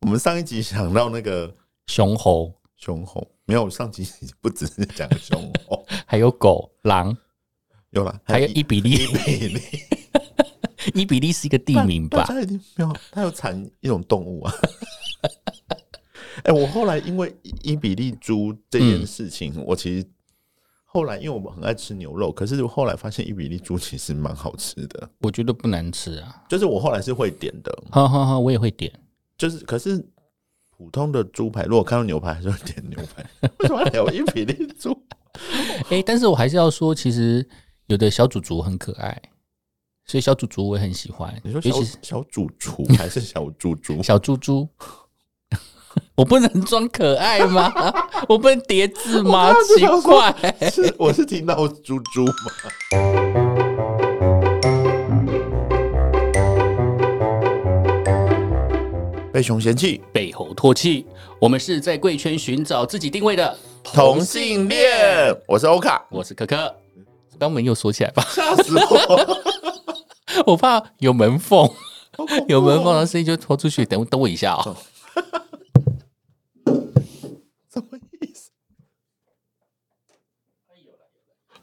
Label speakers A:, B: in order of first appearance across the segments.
A: 我们上一集讲到那个
B: 熊猴，
A: 熊猴，没有上集不只是讲熊猴，
B: 还有狗、狼，
A: 有啦，
B: 还有
A: 伊
B: 伊比利。
A: 比利
B: 伊比利是一个地名
A: 大
B: 吧？
A: 家一定没有，它有产一种动物啊。 哎、我后来因为伊比利猪这件事情，我其实后来因为我们很爱吃牛肉，可是我后来发现伊比利猪其实蛮好吃的，
B: 我觉得不难吃啊。
A: 就是我后来是会点的，
B: 哈哈哈，我也会点。
A: 就是可是普通的猪排，如果看到牛排还是会点牛排，为什么要聊伊比利猪？
B: 哎、但是我还是要说，其实有的小主竹很可爱，所以小主竹我也很喜欢。
A: 你说
B: 尤
A: 小
B: 其是
A: 小主厨 还是小猪 猪？
B: 小猪猪， 我不能装可爱吗？ 我不能叠字吗
A: 我刚刚？就
B: 奇
A: 想说
B: 怪、
A: 是我是听到猪猪吗？ 被熊嫌弃，
B: 背后唾弃，我们是在贵圈寻找自己定位的
A: 同性。恋，我是欧卡，
B: 我是可可，刚门又锁起来吧，
A: 吓死 我！
B: 我怕有门缝， 有门缝
A: 了，
B: 的声音就拖出去。等等我一下哦。
A: 什么意思？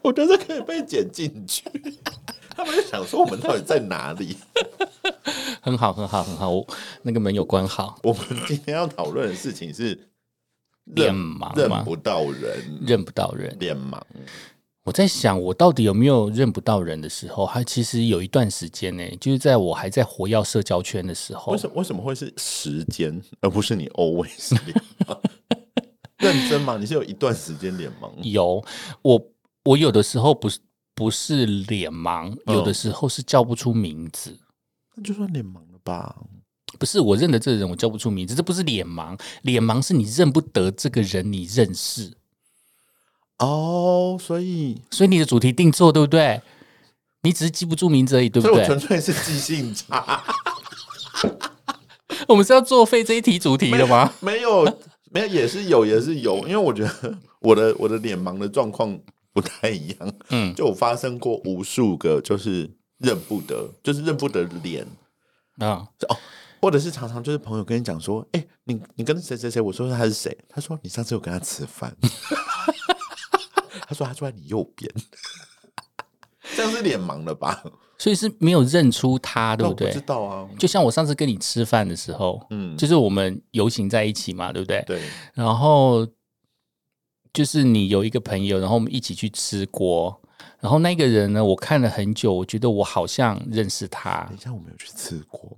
A: 我觉得可以被剪进去。 他们就想说我们到底在哪里？
B: 很好，很好，很好，我那个门有关好，
A: 我们今天要讨论的事情是
B: 脸
A: 认
B: 盲
A: 认
B: 吗？
A: 不到人，
B: 认不到人。
A: 脸盲。
B: 我在想，我到底有没有认不到人的时候？还其实有一段时间呢、就是在我还在活跃社交圈的时候
A: 为，什么为什么会是时间，而不是你 always 脸盲？ 认真吗？你是有一段时间脸盲？
B: 有我我有的时候不是不是脸盲，
A: 嗯
B: 有的时候是叫不出名字。
A: 那就算脸盲了吧？
B: 不是我认得这个人，我叫不出名字，这不是脸盲，脸盲是你认不得这个人，你认识，
A: 哦、所以
B: 所以你的主题定做对不对？你只是记不住名字而已，对不
A: 所以我纯粹
B: 对？
A: 是记性差，
B: 我们是要作废这一题主题的吗？
A: 没有没有也是有也是有，因为我觉得我的我的脸盲的状况不太一样，
B: 嗯，
A: 就我发生过无数个就是认不得，就是认不得脸，
B: 啊，
A: 或者是常常就是朋友跟你讲说，哎、你你跟谁谁谁，我说他是谁，他说你上次有跟他吃 饭，他说他坐在你右边， 这样是脸盲了吧？
B: 所以是没有认出他，对
A: 那
B: 不
A: 我不知
B: 对？
A: 道啊，
B: 就像我上次跟你吃饭的时候，
A: 嗯，
B: 就是我们游行在一起嘛，对不对？
A: 对，
B: 然后就是你有一个朋友，然后我们一起去吃锅，然后那个人呢，我看了很久，我觉得我好像认识他
A: 等一，下我们有去吃过，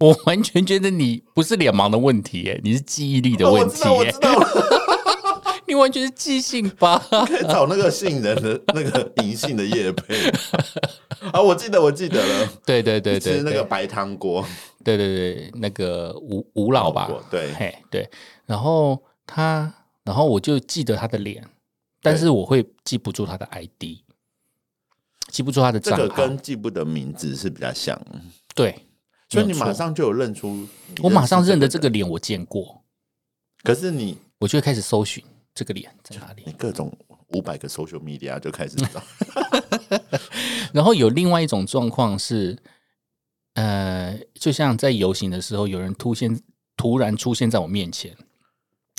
B: 我完全觉得你不是脸盲的问题，耶，你是记忆力的
A: 哦我
B: 问
A: 知
B: 题
A: 道，我
B: 耶，
A: 知道了，
B: 你完全是记性 吧？
A: 可以找那个杏仁的那个银杏的叶 配啊，我记得我记得了，
B: 对对对对，
A: 吃那个
B: 对
A: 白汤锅，
B: 对对对，那个吴吴老吧
A: 吴老，对
B: 嘿对，然后他，然后我就记得他的脸，但是我会记不住他的 ID，记不住他的
A: 这
B: 账
A: 个
B: 号，
A: 跟记不得名字是比较像，
B: 对。
A: 所以
B: 没
A: 你
B: 有错
A: 马上就有认出你识这个人，
B: 我马上认得这个脸，我见过，
A: 可是你
B: 我就会开始搜寻这个脸在哪里
A: 你。各种五百个 social media 就开始找，
B: 然后有另外一种状况是，呃，就像在游行的时候，有人突现突然出现在我面前，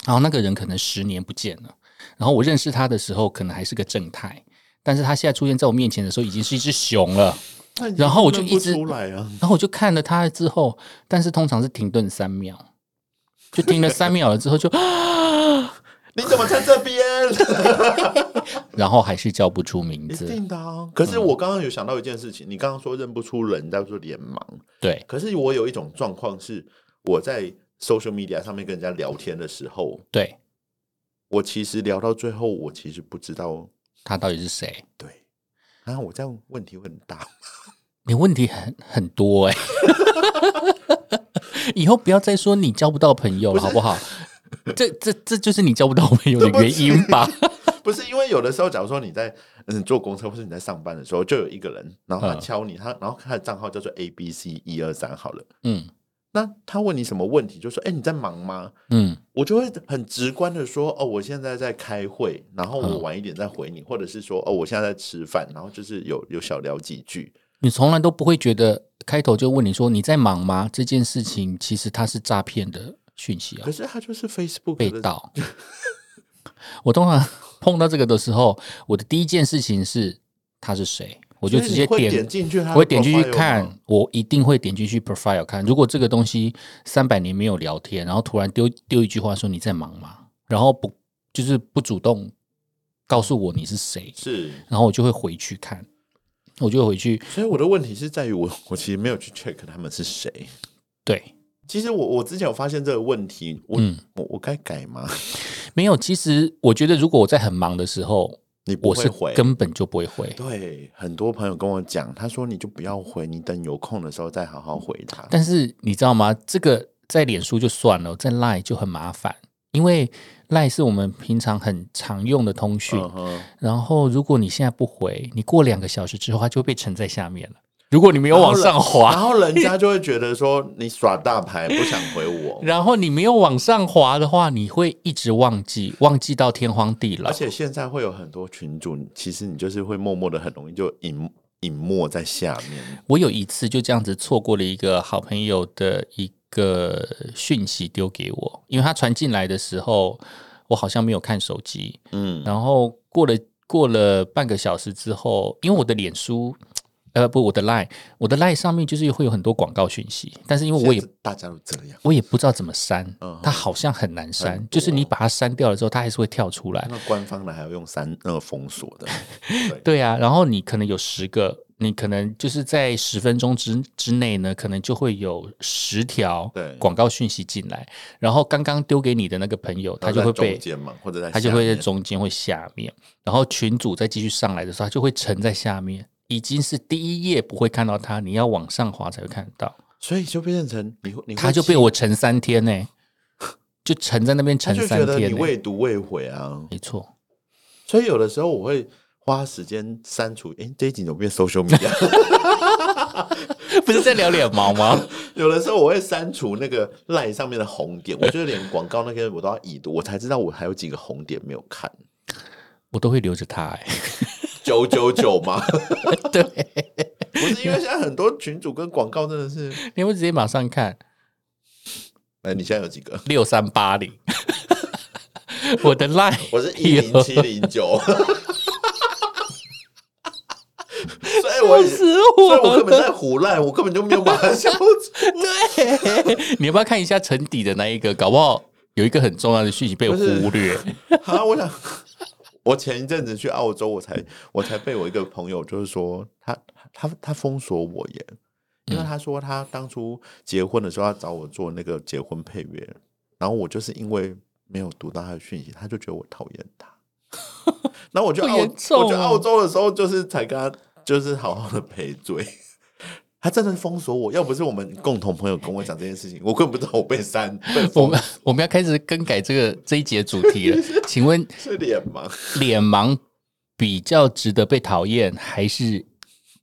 B: 然后那个人可能十年不见了，然后我认识他的时候，可能还是个正太。但是他现在出现在我面前的时候，已经是一只熊了。
A: 那你
B: 然后我就
A: 认
B: 一
A: 不
B: 直
A: 出来啊，
B: 然后我就看了他之后，但是通常是停顿三秒，就停了三秒了之后就，
A: 你怎么在这边？
B: 啊然后还是叫不出名
A: 一
B: 字。
A: 定的啊。可是我刚刚有想到一件事情，你刚刚说认不出人叫做脸盲，
B: 对，
A: 可是我有一种状况是，我在 social media 上面跟人家聊天的时候，
B: 对
A: 我其实聊到最后，我其实不知道，
B: 他到底是谁？
A: 对，然后我这样问题会很大。
B: 你问题很很多哎、 以后不要再说你交不到朋友了，好不好？这这这就是你交不到朋友的原因 吧？
A: 不是因为有的时候，假如说你在嗯坐公车或是你在上班的时候，就有一个人，然后他
B: 嗯
A: 敲你，他然后他的账号叫做 A B C 一二三好了，
B: 嗯
A: 那他问你什么问题，就说：“哎、你在忙吗
B: 嗯，？”
A: 我就会很直观的说：“哦，我现在在开会，然后我
B: 嗯
A: 晚一点再回你，或者是说，哦，我现在在吃饭，然后就是有有小聊几句。
B: 你从来都不会觉得开头就问你说你在忙吗？这件事情其实它是诈骗的讯息啊
A: 可，是他就是 Facebook
B: 被
A: 的
B: 盗。我通常碰到这个的时候，我的第一件事情是他是谁，我就
A: 所以
B: 直
A: 你
B: 接
A: 会
B: 点
A: 点进去他的
B: 我会点进去
A: profile 吗
B: 看，我一定会点进去 profile 看。如果这个东西三百年没有聊天，然后突然丢丢一句话说你在忙吗？然后不就是不主动告诉我你是谁，
A: 是，
B: 然后我就会回去看，我就会回去
A: 所以我的问题是在于我我其实没有去 check 他们是谁。
B: 对。
A: 其实我我之前有发现这个问题，我、
B: 嗯
A: 我我该改吗？
B: 没有，其实我觉得如果我在很忙的时候，
A: 你不
B: 我
A: 会
B: 是
A: 回，
B: 根本就不会回。
A: 对很多朋友跟我讲，他说你就不要回，你等有空的时候再好好回他。
B: 但是你知道吗？这个在脸书就算了，在 Line 就很麻烦，因为 Line 是我们平常很常用的通讯。
A: 嗯哼，
B: 然后如果你现在不回，你过两个小时之后，它就会被沉在下面了。如果你没有往上
A: 然
B: 滑，
A: 后人家就会觉得说你耍大牌，不想回我。
B: 然后你没有往上滑的话，你会一直忘记，忘记到天荒地 老
A: 而。且现在会有很多群主，其实你就是会默默的很容易就隐隐没在下面。
B: 我有一次就这样子错过了一个好朋友的一个讯息丢给我，因为他传进来的时候，我好像没有看手机，
A: 嗯，
B: 然后过了过了半个小时之后，因为我的脸书。呃，不，我的 line，我的 line 上面就是会有很多广告讯息，但是因为哦我也
A: 现在大家都这样，
B: 我也不知道怎么删
A: 嗯哼，
B: 它好像很难删
A: 很，啊
B: 就是你把它删掉了之后，它还是会跳出来。
A: 那官方的还要用三那个封锁的，对，
B: 对啊，然后你可能有十个，你可能就是在十分钟之之内呢，可能就会有十条
A: 对
B: 广告讯息进来，然后刚刚丢给你的那个朋 友，他就
A: 然后
B: 会
A: 在
B: 被
A: 中间嘛，或者在
B: 他就会在
A: 下面
B: 中间会下面，然后群主再继续上来的时候，他就会沉在下面，已经是第一页不会看到它，你要往上滑才会看到，
A: 所以就变成你会你会
B: 他就被
A: 气
B: 我沉三天呢、就沉在那边
A: 他
B: 沉
A: 就
B: 三
A: 觉得
B: 天欸
A: 你
B: 呢、
A: 未读未回啊，
B: 没错。
A: 所以有的时候我会花时间删除，诶，这一集怎么变 social media？
B: 不是在聊脸毛吗？
A: 有的时候我会删除那个 line 上面的红点，我觉得连广告那些我都要已读，我才知道我还有几个红点没有看，
B: 我都会留着它、欸。
A: 九九九吗？
B: 对，
A: 不是因为现在很多群主跟广告真的是，
B: 你会直接马上看
A: 哎，你现在有几个？
B: 六三八零。 我的 line
A: 我是一零七零九， 所以我
B: 笑
A: 已经
B: 死
A: 所以我
B: 我
A: 根本
B: 了。
A: 在胡乱，我根本就没有把它消除。
B: 对，你要不要看一下沉底的那一个？搞不好有一个很重要的讯息被我
A: 不是
B: 忽 略。
A: 啊，我想，我前一阵子去澳洲，我才我才被我一个朋友就是说，他他他封锁我耶，
B: 嗯
A: 因为他说他当初结婚的时候要找我做那个结婚配乐，然后我就是因为没有读到他的讯息，他就觉得我讨厌 他。然后我去
B: 好
A: 澳，
B: 严重哦
A: 我去澳洲的时候，就是才跟他就是好好的赔罪。他真的封锁我，要不是我们共同朋友跟我讲这件事情，我根本不知道我被删被
B: 我
A: 封
B: 们我们要开始更改这个这一节主题 了。请问
A: 是脸盲。
B: 脸盲比较值得被讨厌，还是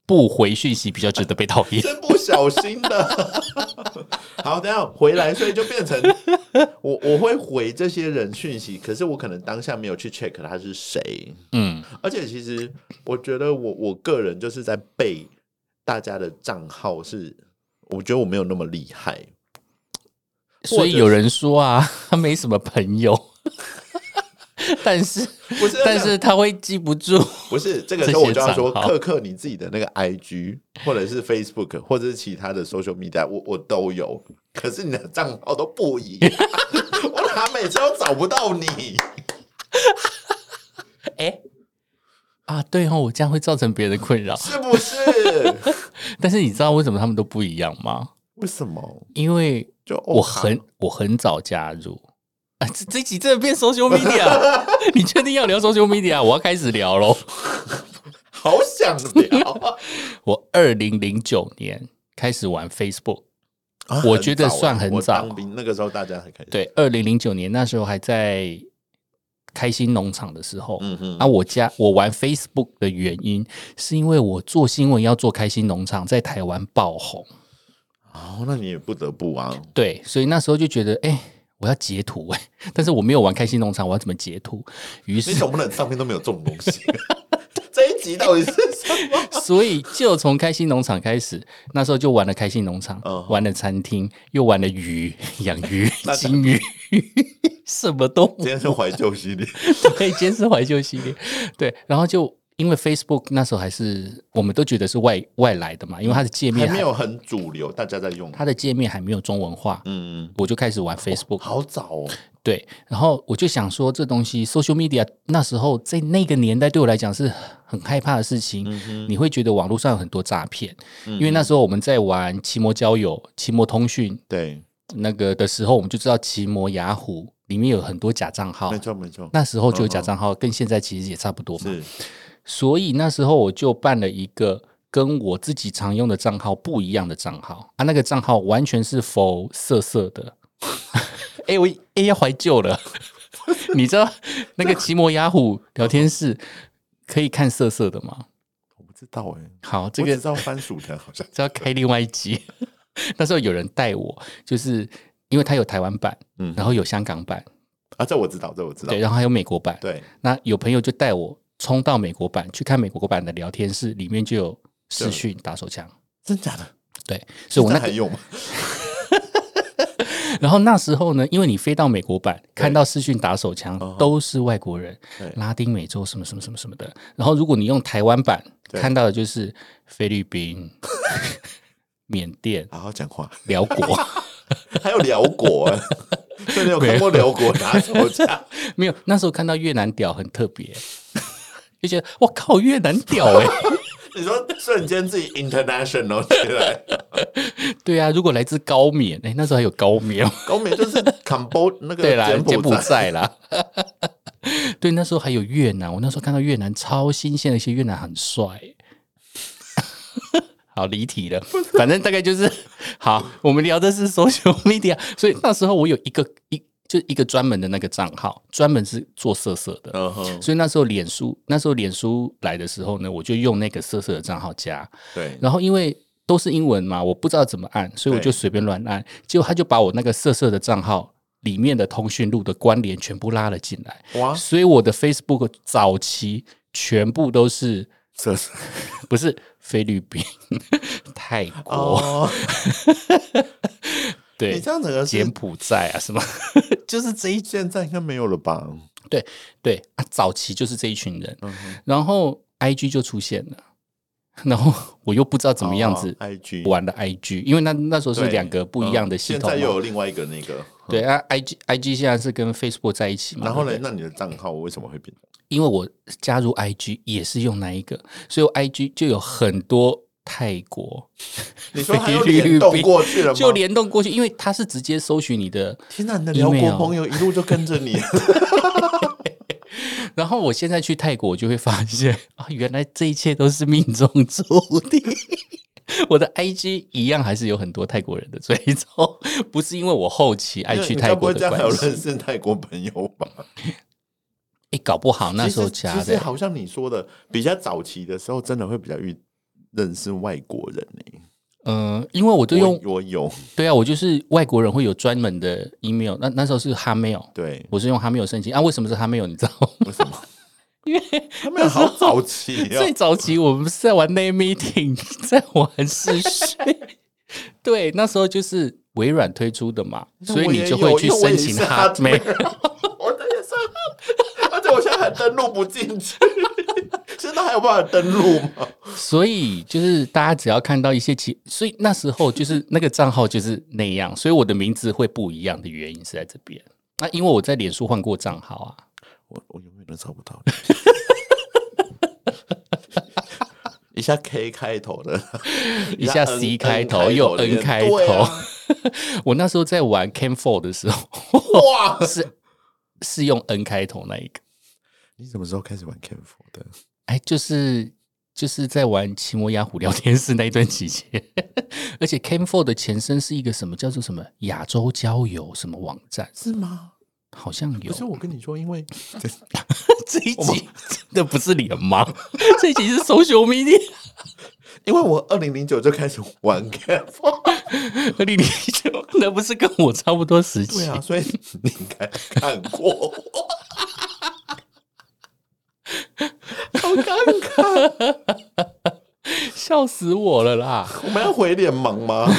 B: 不回讯息比较值得被 讨厌？
A: 真不小心的。 好，等一下回来，所以就变成我我会回这些人讯息，可是我可能当下没有去 check 他是谁。
B: 嗯，
A: 而且其实我觉得我我个人就是在背大家的账号是。我觉得我没有那么厉害，
B: 所以有人说啊， 他没什么朋友， 但是
A: 不是，
B: 但是他会记不住。
A: 不是这个时候我就要说，
B: 这些账号
A: 克克你自己的那个 IG 或者是 Facebook 或者是其他的 social media，我我都有，可是你的账号都不一样， 我哪每次都找不到你。
B: 哎、啊，对哦，我这样会造成别人的困扰。
A: 是不是？
B: 但是你知道为什么他们都不一样吗？
A: 为什么？
B: 因为
A: 就哦
B: 我
A: 欧卡
B: 很我很早加入。啊，这这集真的变 social media？你 确定要聊 social media？我要开始聊喽。
A: 好想聊啊，
B: 我二零零九年开始玩 Facebook，我觉得算很
A: 啊我
B: 早
A: 当兵那个时候大家才开始，
B: 对，二零零九年那时候还在开心农场的时候，
A: 嗯哼，
B: 啊，我家我玩 Facebook 的原因，是因为我做新闻要做开心农场，在台湾爆红，
A: 哦，那你也不得不啊，
B: 对，所以那时候就觉得，哎、我要截图哎、 但是我没有玩开心农场，我要怎么截图？于
A: 你
B: 是
A: 总不能上面都没有这种东西。这一集到底是什么？
B: 所以就从开心农场开始，那时候就玩了开心农场，
A: 嗯
B: 玩了餐厅，又玩了鱼，养鱼
A: 那、当
B: 金鱼， 什么都
A: 今天是怀旧系 列，
B: 对，坚持怀旧系列，对，然后就因为 Facebook 那时候还是我们都觉得是外外来的嘛，因为它的界
A: 还
B: 面
A: 没
B: 还
A: 有很主流，大家在用。
B: 它的界面还没有中文化，
A: 嗯，
B: 我就开始玩 Facebook，、
A: 好早哦，
B: 对，然后我就想说这东西 social media 那时候在那个年代对我来讲是很害怕的事情，
A: 嗯
B: 你会觉得网络上有很多诈骗，因为那时候我们在玩奇摩交友、奇摩通讯
A: 对，
B: 那个的时候，我们就知道奇摩、雅虎里面有很多假账号
A: 没。错没错，
B: 那时候就有假账号，跟现在其实也差不多嘛。
A: 是
B: 所以那时候我就办了一个跟我自己常用的账号不一样的账号啊，那个账号完全是否色色的。 哎、我哎、要怀旧了， 你知道那个奇摩雅虎聊天室可以看色色的吗？
A: 我不知道哎，
B: 好，
A: 我
B: 这
A: 只
B: 个
A: 知道番薯藤好像，
B: 这要开另外一集。 那时候有人带我，就是因为他有台湾版，
A: 嗯
B: 然后有香港版，
A: 啊，这我知道，这我知道
B: 对，，然后还有美国版，
A: 对，
B: 那有朋友就带我冲到美国版去看美国版的聊天室，里面就有视讯打手枪。
A: 真假的？
B: 对，所以我那
A: 现在还用吗？
B: 然后那时候呢，因为你飞到美国版看到视讯打手枪
A: 嗯哼
B: 都是外国人
A: 对，
B: 拉丁美洲什么什么什么什么的。然后如果你用台湾版
A: 对
B: 看到的就是菲律 宾、缅甸、
A: 好好讲话，
B: 辽国，
A: 还有辽国哎，真的有看过辽国打手枪？
B: 没有那时候看到越南屌很特别，就觉得我靠越南屌 哎、
A: 你说瞬间自己 international 起来，
B: 对啊，如果来自高棉哎、那时候还有高棉。
A: 高棉就是 Cambo 那个
B: 对啦，柬
A: 柬
B: 埔
A: 埔寨，
B: 寨啦。 对，那时候还有越南，我那时候看到越南超新鲜的一些越南很帅。 好离题了，反正大概就是好，我们聊的是 social media，所以那时候我有一个一就一个专门的那个账号，专门是做色色的。
A: 嗯哼，
B: 所以那时候脸书，那时候脸书来的时候呢，我就用那个色色的账号加，
A: 对，
B: 然后因为都是英文嘛，我不知道怎么按，所以我就
A: 对
B: 随便乱按，结果他就把我那个色色的账号里面的通讯录的关联全部拉了进来，
A: 哇，
B: 所以我的 Facebook 早期全部都是
A: 这是
B: 不是菲律宾、泰国、
A: 哦，你
B: 对
A: 这样整个
B: 柬
A: 是
B: 埔寨啊什么， 就是这一
A: 现在应该没有了吧？嗯
B: 对啊，早期就是这一群人，然后 IG 就出现了， 然后我又不知道怎么样子
A: 哦？IG
B: 玩的 IG，因为那那时候是
A: 对
B: 两个不一样的
A: 嗯
B: 系
A: 现
B: 统嘛，
A: 在又有另外一个那个。
B: 对啊，IG IG 现在是跟 Facebook 在一起嘛，
A: 嗯然后呢
B: 对不？对
A: 那你的账号为什么会变？
B: 因为我加入 IG 也是用那一个，所以我 IG 就有很多泰国
A: 你说还有联动过去了吗？
B: 就联动过去，因为它是直接搜寻你的。
A: 天哪，你的辽国
B: email
A: 朋友一路就跟着 你，
B: 然后我现在去泰国，我就会发现 啊，原来这一切都是命中注定。 我的 IG 一样还是有很多泰国人的追踪，不是因为我后期爱去
A: 你
B: 泰
A: 该不
B: 国
A: 会这
B: 的
A: 样还有
B: 关
A: 认
B: 系，
A: 识泰国朋友吧？
B: 哎，搞不好那时候
A: 其实
B: 加
A: 其实
B: 的，
A: 好像你说的，比较早期的时候，真的会比较遇认识外国人呢、
B: 嗯、因为我就
A: 我
B: 用
A: 我有
B: 对啊，我就是外国人会有专门的 email，那那时候是 Hotmail，
A: 对，
B: 我是用 Hotmail 申请啊。为什么是 Hotmail？你知道吗？
A: 为什 么？因为他们好早期
B: 最
A: 哦，
B: 早期我们是在玩 Name Meeting，在玩视讯。 对，那时候就是微软推出的嘛，所以你就会去申请
A: 他
B: Hotmail。
A: 我的也是 Hotmail，而且我现在还登录不进去，现在还有办法登录 吗？
B: 所以就是大家只要看到一些其，所以那时候就是那个账号就是那样，所以我的名字会不一样的原因是在这边。那因为我在脸书换过账号啊，
A: 我我永远都找不到。 一下 K 开头的，
B: 一下 C 开头又 N 开头
A: 对啊
B: 我那时候在玩 Cam Four 的时候，
A: 哇！
B: 是 是用 N 开头那一个，
A: 你什么时候开始玩 Cam Four 的？
B: 哎，就是就是在玩奇摩雅虎聊天室那一段期间， 而且 Cam Four 的前身是一个什么叫做什么亚洲交友什么网站，
A: 是 吗？
B: 好像有
A: 不是，我跟你说，因 为
B: 这一集真的不是脸盲，这一集是 social media，
A: 因为我二零零九就开始 玩 Cam Four，
B: 你你就那不是跟我差不多时期
A: 对 啊，所以你 应该看过我。好尴尬！
B: 笑死我了啦！
A: 我们要回脸盲 吗？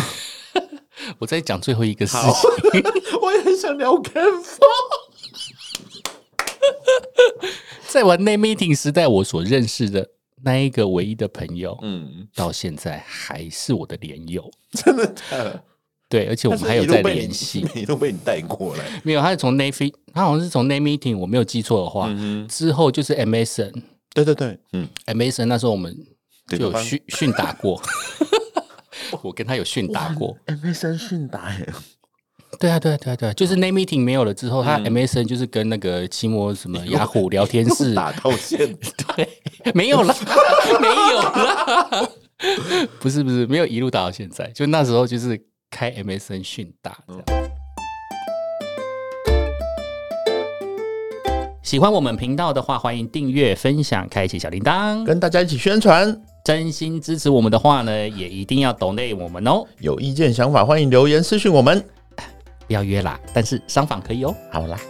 B: 我再讲最后一个事
A: 好
B: 情，，
A: 我也很想聊 Canva。
B: 在玩内 meeting 时代，我所认识的那一个唯一的朋友，
A: 嗯，
B: 到现在还是我的连友。
A: 真的假的？
B: 对，而且我们还有
A: 他是
B: 在
A: 一路被你
B: 联系。，
A: 一路被你带过来。
B: 没有，他是从 Nay Fi，他好像是从 Nay Meeting，我没有记错的话，
A: 嗯哼，
B: 之后就是 MSN。
A: 对对对，嗯，
B: MSN 那时候我们就
A: 对
B: 有
A: 方
B: 训训打 过，我跟他有训打过。
A: MSN 迅达耶，
B: 对啊，对啊，对啊，对啊，就是 Nay Meeting 没有了之后，
A: 嗯
B: 他 MSN 就是跟那个期末什么雅虎聊天室
A: 又 打到现在，
B: 对， 没有了，没有了，不是不是，没有一路打到现在，就那时候就是开 MSN 训打这样。喜欢我们频道的话，欢迎订阅、分享、开启小铃 铛。
A: 跟大家一起宣传。
B: 真心支持我们的话呢，也一定要 donate 我们哦，
A: 有意见想法，欢迎留言私讯我们。
B: 不要约啦，但是商访可以哦。
A: 好啦，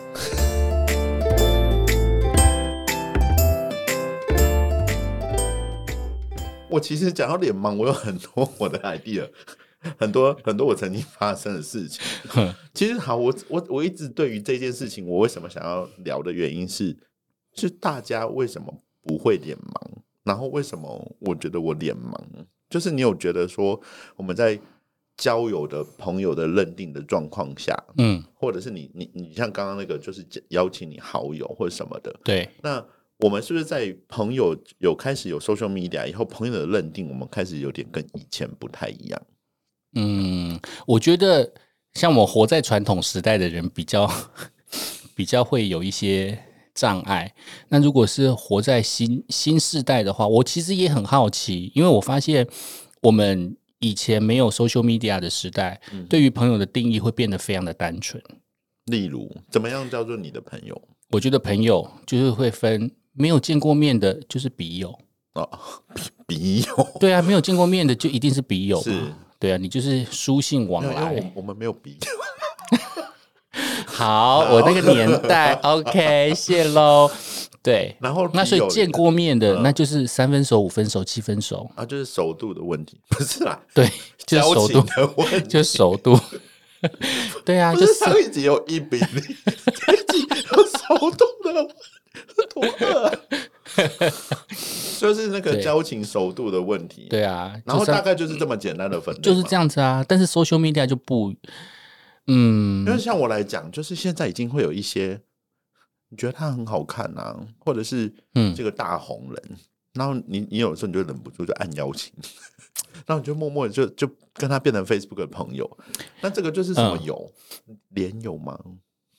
A: 我其实讲到脸盲，我有很多我的 idea，很多很多我曾经发生的事情。其实好，我我我一直对于这件事情，我为什么想要聊的原因是，是大家为什么不会脸盲，然后为什么我觉得我脸盲，就是你有觉得说我们在交友的朋友的认定的状况下，
B: 嗯，
A: 或者是你你你像刚刚那个，就是邀请你好友或者什么的。
B: 对，
A: 那我们是不是在朋友有开始有 social media 以后，朋友的认定我们开始有点跟以前不太一样？
B: 嗯，我觉得像我活在传统时代的人，比较比较会有一些障碍。那如果是活在新新世代的话，我其实也很好奇，因为我发现我们以前没有 social media 的时代，
A: 嗯
B: 对于朋友的定义会变得非常的单纯。
A: 例如，怎么样叫做你的朋友？
B: 我觉得朋友就是会分没有见过面的，就是笔友。
A: 哦，笔友
B: 对啊，没有见过面的就一定是笔友嘛。
A: 是
B: 对啊，你就是书信往
A: 没有因
B: 来。
A: 为我我们没有笔友，
B: 好，我那个年代 ，OK，谢喽。对，
A: 然后嗯
B: 那所以
A: 笔友
B: 见过面的，那就是三分熟、五分熟、七分熟，
A: 啊，就是熟度的问题，不是啦，
B: 对， 就是
A: 交
B: 熟
A: 情
B: 度，
A: 的问 题。
B: 就是熟度。对啊，
A: 不
B: 就是是
A: 上一集有一比零，这一集有手动的问，多饿、 啊，就是那个
B: 对
A: 交情熟度的问题。，
B: 对啊，
A: 然后
B: 就是
A: 大概就是这么简单的分类，
B: 就是这
A: 样。
B: 样子啊。但是 social media 就不，嗯
A: 因，为像我来讲，就是现在已经会有一些，你觉得他很好看啊，或者是
B: 嗯
A: 这个大红人，然后你你有时候你就忍不住就按邀请，然后你就默默地就就跟他变成 Facebook 的朋友，那这个就是什么
B: 嗯
A: 友？连友吗？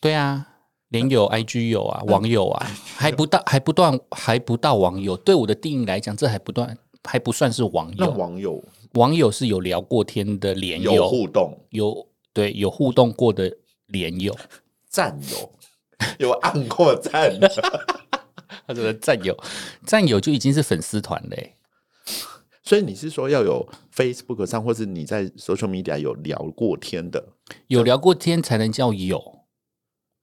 B: 对啊。连友、IG 友
A: 嗯
B: 啊，网 友啊，还不到，还不断，还不到网友。对我的定义来讲，这还不断，还不算是网
A: 那
B: 友。
A: 网友
B: 网友是有聊过天的连友，
A: 有互动。
B: 有对有互动过的连友，
A: 战友， 有按过赞，
B: 他说的战友，战友就已经是粉丝团欸嘞、
A: 所以你是说要有 Facebook 上，或是你在 social media 有聊过天的？
B: 有聊过天才能叫友，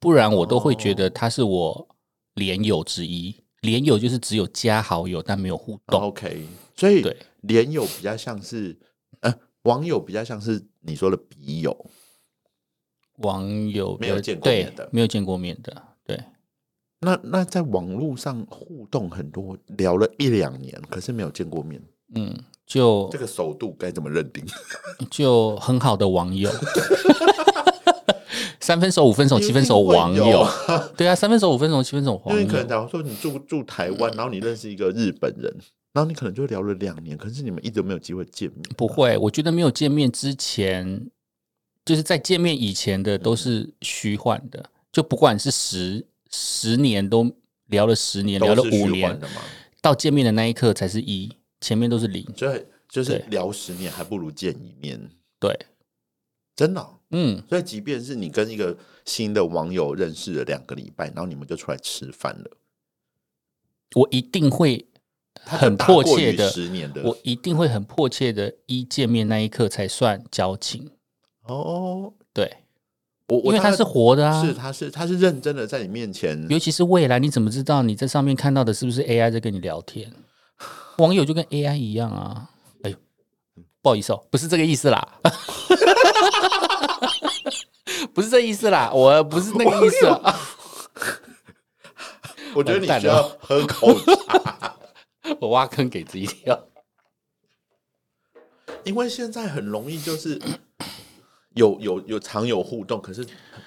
B: 不然我都会觉
A: 哦
B: 得他是我连友之一。连友就是只有加好友，但没有互动。
A: OK，所以
B: 对
A: 连友比较像是，呃，网友比较像是你说的笔友，
B: 网友呃
A: 没有见过面的
B: 对没有见过面的，对
A: 那那在网络上互动很多，聊了一两年，可是没有见过面，
B: 嗯，就
A: 这个熟度该怎么认定？
B: 就很好的 网友。三分熟、五分熟、哦七分熟
A: 一定会
B: 网
A: 有
B: 友
A: 啊，
B: 对啊，三分熟、五分熟、七分熟
A: 因
B: 网
A: 为你可能
B: 友，
A: 假如说你住住台湾，然后你认识一个日本人，然后你可能就聊了两年，可是你们一直没有机会见面。
B: 不会，我觉得没有见面之前，就是在见面以前的
A: 嗯
B: 都是虚幻的，就不管是十十年都聊了十年，聊了
A: 都是
B: 五
A: 虚幻
B: 年
A: 的，嘛，
B: 到见面的那一刻才是一，前面都是零。
A: 所以就是
B: 对
A: 聊十年还不如见一面，
B: 对，
A: 真的哦、
B: 嗯，
A: 所以即便是你跟一个新的网友认识了两个礼拜，然后你们就出来吃饭了，
B: 我一定会
A: 他
B: 很迫切的，
A: 十年的
B: 我一定会很迫切的，一见面那一刻才算交情。
A: 哦，
B: 对，
A: 我
B: 因
A: 我
B: 为它
A: 大概
B: 是活的啊。
A: 是他是他是认真的在你面前，
B: 尤其是未来，你怎么知道你在上面看到的是不是 AI 在跟你聊天？网友就跟 AI 一样啊！哎呦，不好意思哦，不是这个意思啦， 不是这意思啦，我不是那个意思、啊，
A: 我觉得你
B: 完蛋
A: 需要
B: 了
A: 喝 口茶，
B: 我挖坑给自己跳。
A: 因为现在很容易就是有有有常有互动，可是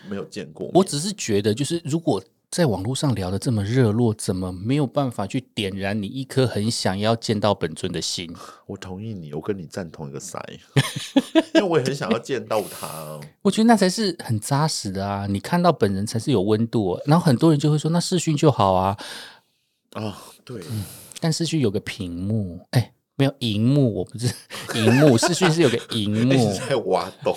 A: 没有见过面。
B: 我只是觉得，就是如果在网络上聊的这么热络，怎么没有办法去点燃你一颗很想要见到本尊的心？
A: 我同意你，我跟你站同一个 side，因为我也很想要见到他。哦
B: 我觉得那才是很扎实的啊！你看到本人才是有温度哦、然后很多人就会说，那视讯就好啊，
A: 啊，对，
B: 但视讯有个屏幕，哎、没有荧幕，我不是 荧幕，视讯是有个荧
A: 一直
B: 幕。
A: 在挖 洞，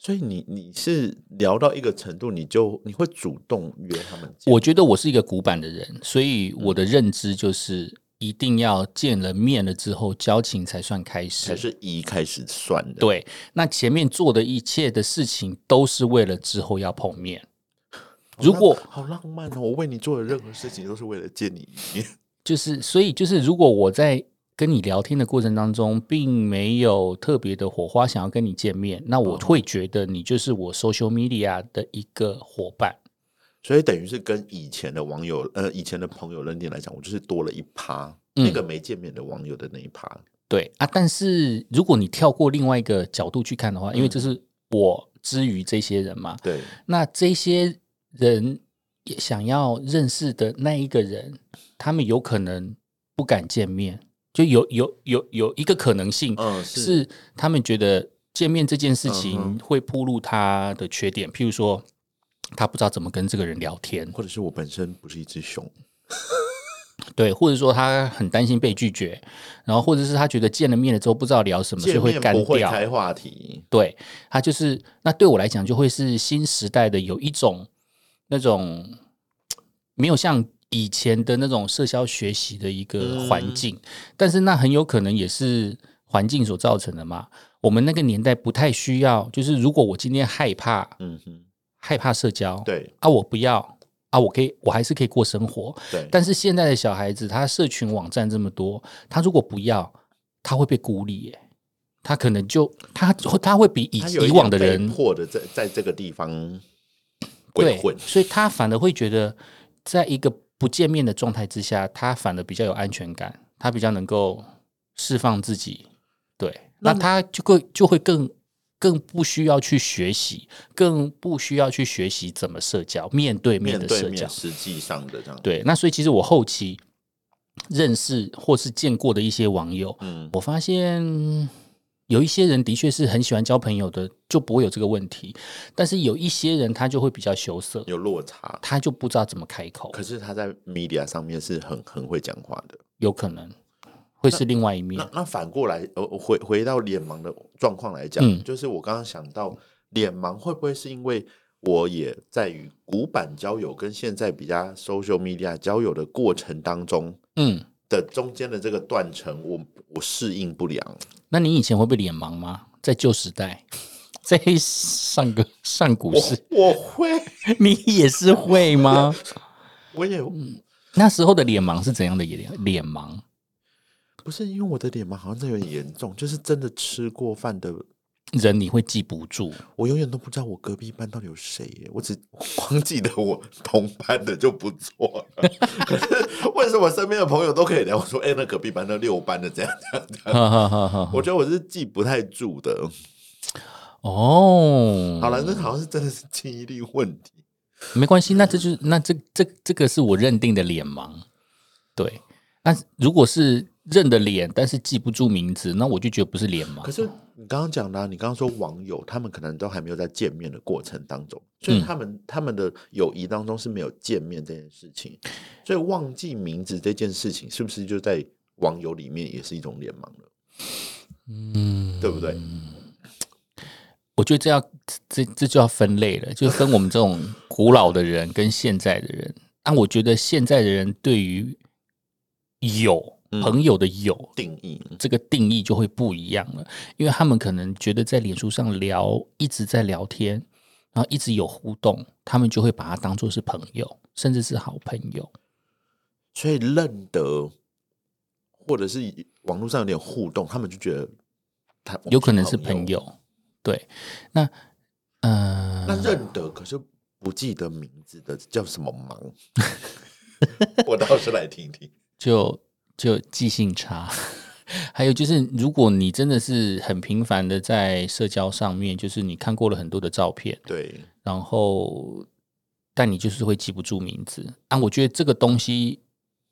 A: 所以你你是聊到一个程度，你就你会主动约他们见。
B: 我觉得我是一个古板的人，所以我的认知就是一定要见了面了之后交情才算开始，
A: 才是一开始算的，
B: 对，那前面做的一切的事情都是为了之后要碰面。
A: 好浪，
B: 如果
A: 好浪漫哦，我为你做的任何事情都是为了见你一面。
B: 就是，所以就是，如果我在跟你聊天的过程当中，并没有特别的火花想要跟你见面，那
A: 嗯
B: 我会觉得你就是我 social media 的一个伙伴。
A: 所以等于是跟以前的网友，呃，以前的朋友认定来讲，我就是多了一趴，
B: 嗯
A: 那个没见面的网友的那一趴。
B: 对啊，但是如果你跳过另外一个角度去看的话，
A: 嗯
B: 因为这是我之于这些人嘛，
A: 对，
B: 那这些人也想要认识的那一个人，他们有可能不敢见面，就有有有有一个可能性，
A: 嗯，
B: 是他们觉得见面这件事
A: 嗯
B: 情会暴露他的缺点，譬如说他不知道怎么跟这个人聊天，
A: 或者是我本身不是一只熊，
B: 对，或者说他很担心被拒绝，然后或者是他觉得见了面了之后不知道聊什么，所以
A: 见
B: 嗯会
A: 面
B: 干
A: 不会
B: 掉。
A: 开话题。
B: 对他就是那对我来讲，就会是新时代的有一种那种没有像以前的那种社交学习的一个环境，但是那很有可能也是环境所造成的嘛。我们那个年代不太需要，就是如果我今天害怕
A: 嗯哼，
B: 害怕社交，
A: 对
B: 啊，我不要啊，我可以我还是可以过生活，
A: 对，
B: 但是现在的小孩子，他社群网站这么多，他如果不要，他会被孤立、耶。他可能就他他会比以
A: 他有一
B: 以
A: 点
B: 往的
A: 被
B: 人
A: 迫的在在这个地方鬼
B: 对
A: 混，，
B: 所以他反而会觉得，在一个不见面的状态之下，他反而比较有安全感，他比较能够释放自己。对，那他就会就会更更不需要去学习，更不需要去学习怎么社交，面对面
A: 面
B: 的
A: 对
B: 社交
A: 面，。实际上的这样。，
B: 对，那所以其实我后期认识或是见过的一些网友，
A: 嗯，
B: 我发现嗯有一些人的确是很喜欢交朋友的，就不会有这个问题；但是有一些人他就会比较羞涩，
A: 有落差。
B: 他就不知道怎么开口，
A: 可是他在 media 上面是很很会讲话的。
B: 有可能会是另外一面
A: 那。那反过来，呃，回回到脸盲的状况来讲，
B: 嗯
A: 就是我刚刚想到，脸盲会不会是因为我也在与古板交友跟现在比较 social media 交友的过程当中
B: 嗯，
A: 的中间的这个断层，我我适应不良，
B: 那你以前会被脸盲吗？在旧时代，在上个上古
A: 我
B: 时，
A: 我会，
B: 你也是会吗？
A: 我也
B: 嗯那时候的脸盲是怎样的脸脸盲？
A: 不是因为我的脸盲好像真的有点严重，就是真的吃过饭的，
B: 人你会记不住，
A: 我永远都不知道我隔壁班到底有谁耶，我只光记得我同班的就不错了。 可是为什么身边的朋友都可以聊说，哎、那隔壁班的六班的这样这样这样？
B: 哈哈哈哈。
A: 我觉得我是记不太住的。
B: 哦，
A: 好了，那好像是真的是记忆力问题。
B: 没关系，那这就是那这这这个是我认定的脸盲，对。那如果是认的脸，但是记不住名字，那我就觉得不是脸盲
A: 可。是你刚刚讲的啊、你刚刚说网友，他们可能都还没有在见面的过程当中，所以
B: 嗯
A: 他们、他们的友谊当中是没有见面这件事情，所以忘记名字这件事情，是不是就在网友里面也是一种脸盲了？
B: 嗯，
A: 对不对？
B: 我觉得这要这这就要分类了，就分我们这种古老的人跟现在的人。那、我觉得现在的人对于有
A: 嗯
B: 朋友的有
A: 定义，
B: 这个定义就会不一样了，因为他们可能觉得在脸书上聊一直在聊天，然后一直有互动，他们就会把它当做是朋友，甚至是好朋友。
A: 所以认得，或者是网络上有点互动，他们就觉得他
B: 有可能是朋。友。对，那
A: 那
B: 呃，
A: 认得可是不记得名字的叫什么忙？ 我倒是来听听。
B: 就就记性差。 还有就是，如果你真的是很频繁的在社交上面，就是你看过了很多的照片，
A: 对，
B: 然后但你就是会记不住名字。啊，我觉得这个东西，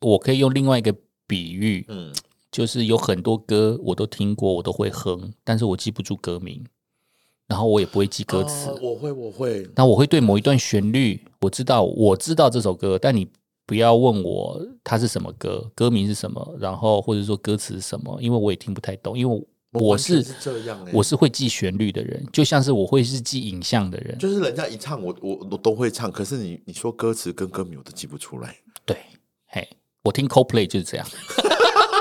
B: 我可以用另外一个比喻，
A: 嗯，
B: 就是有很多歌我都听过，我都会哼，但是我记不住歌名，然后我也不会记歌词。
A: 啊我会，我会，
B: 那我会对某一段旋律，我知道我知道这首歌，但你不要问我它是什么歌，歌名是什么，然后或者说歌词是什么，因为我也听不太懂，因为我
A: 我完全是
B: 是
A: 这样欸
B: 我是会记旋律的人，就像是我会是记影像的人，
A: 就是人家一唱我我我都会唱，可是你你说歌词跟歌名我都记不出来。
B: 对，嘿，我听 CoPlay 就是这样。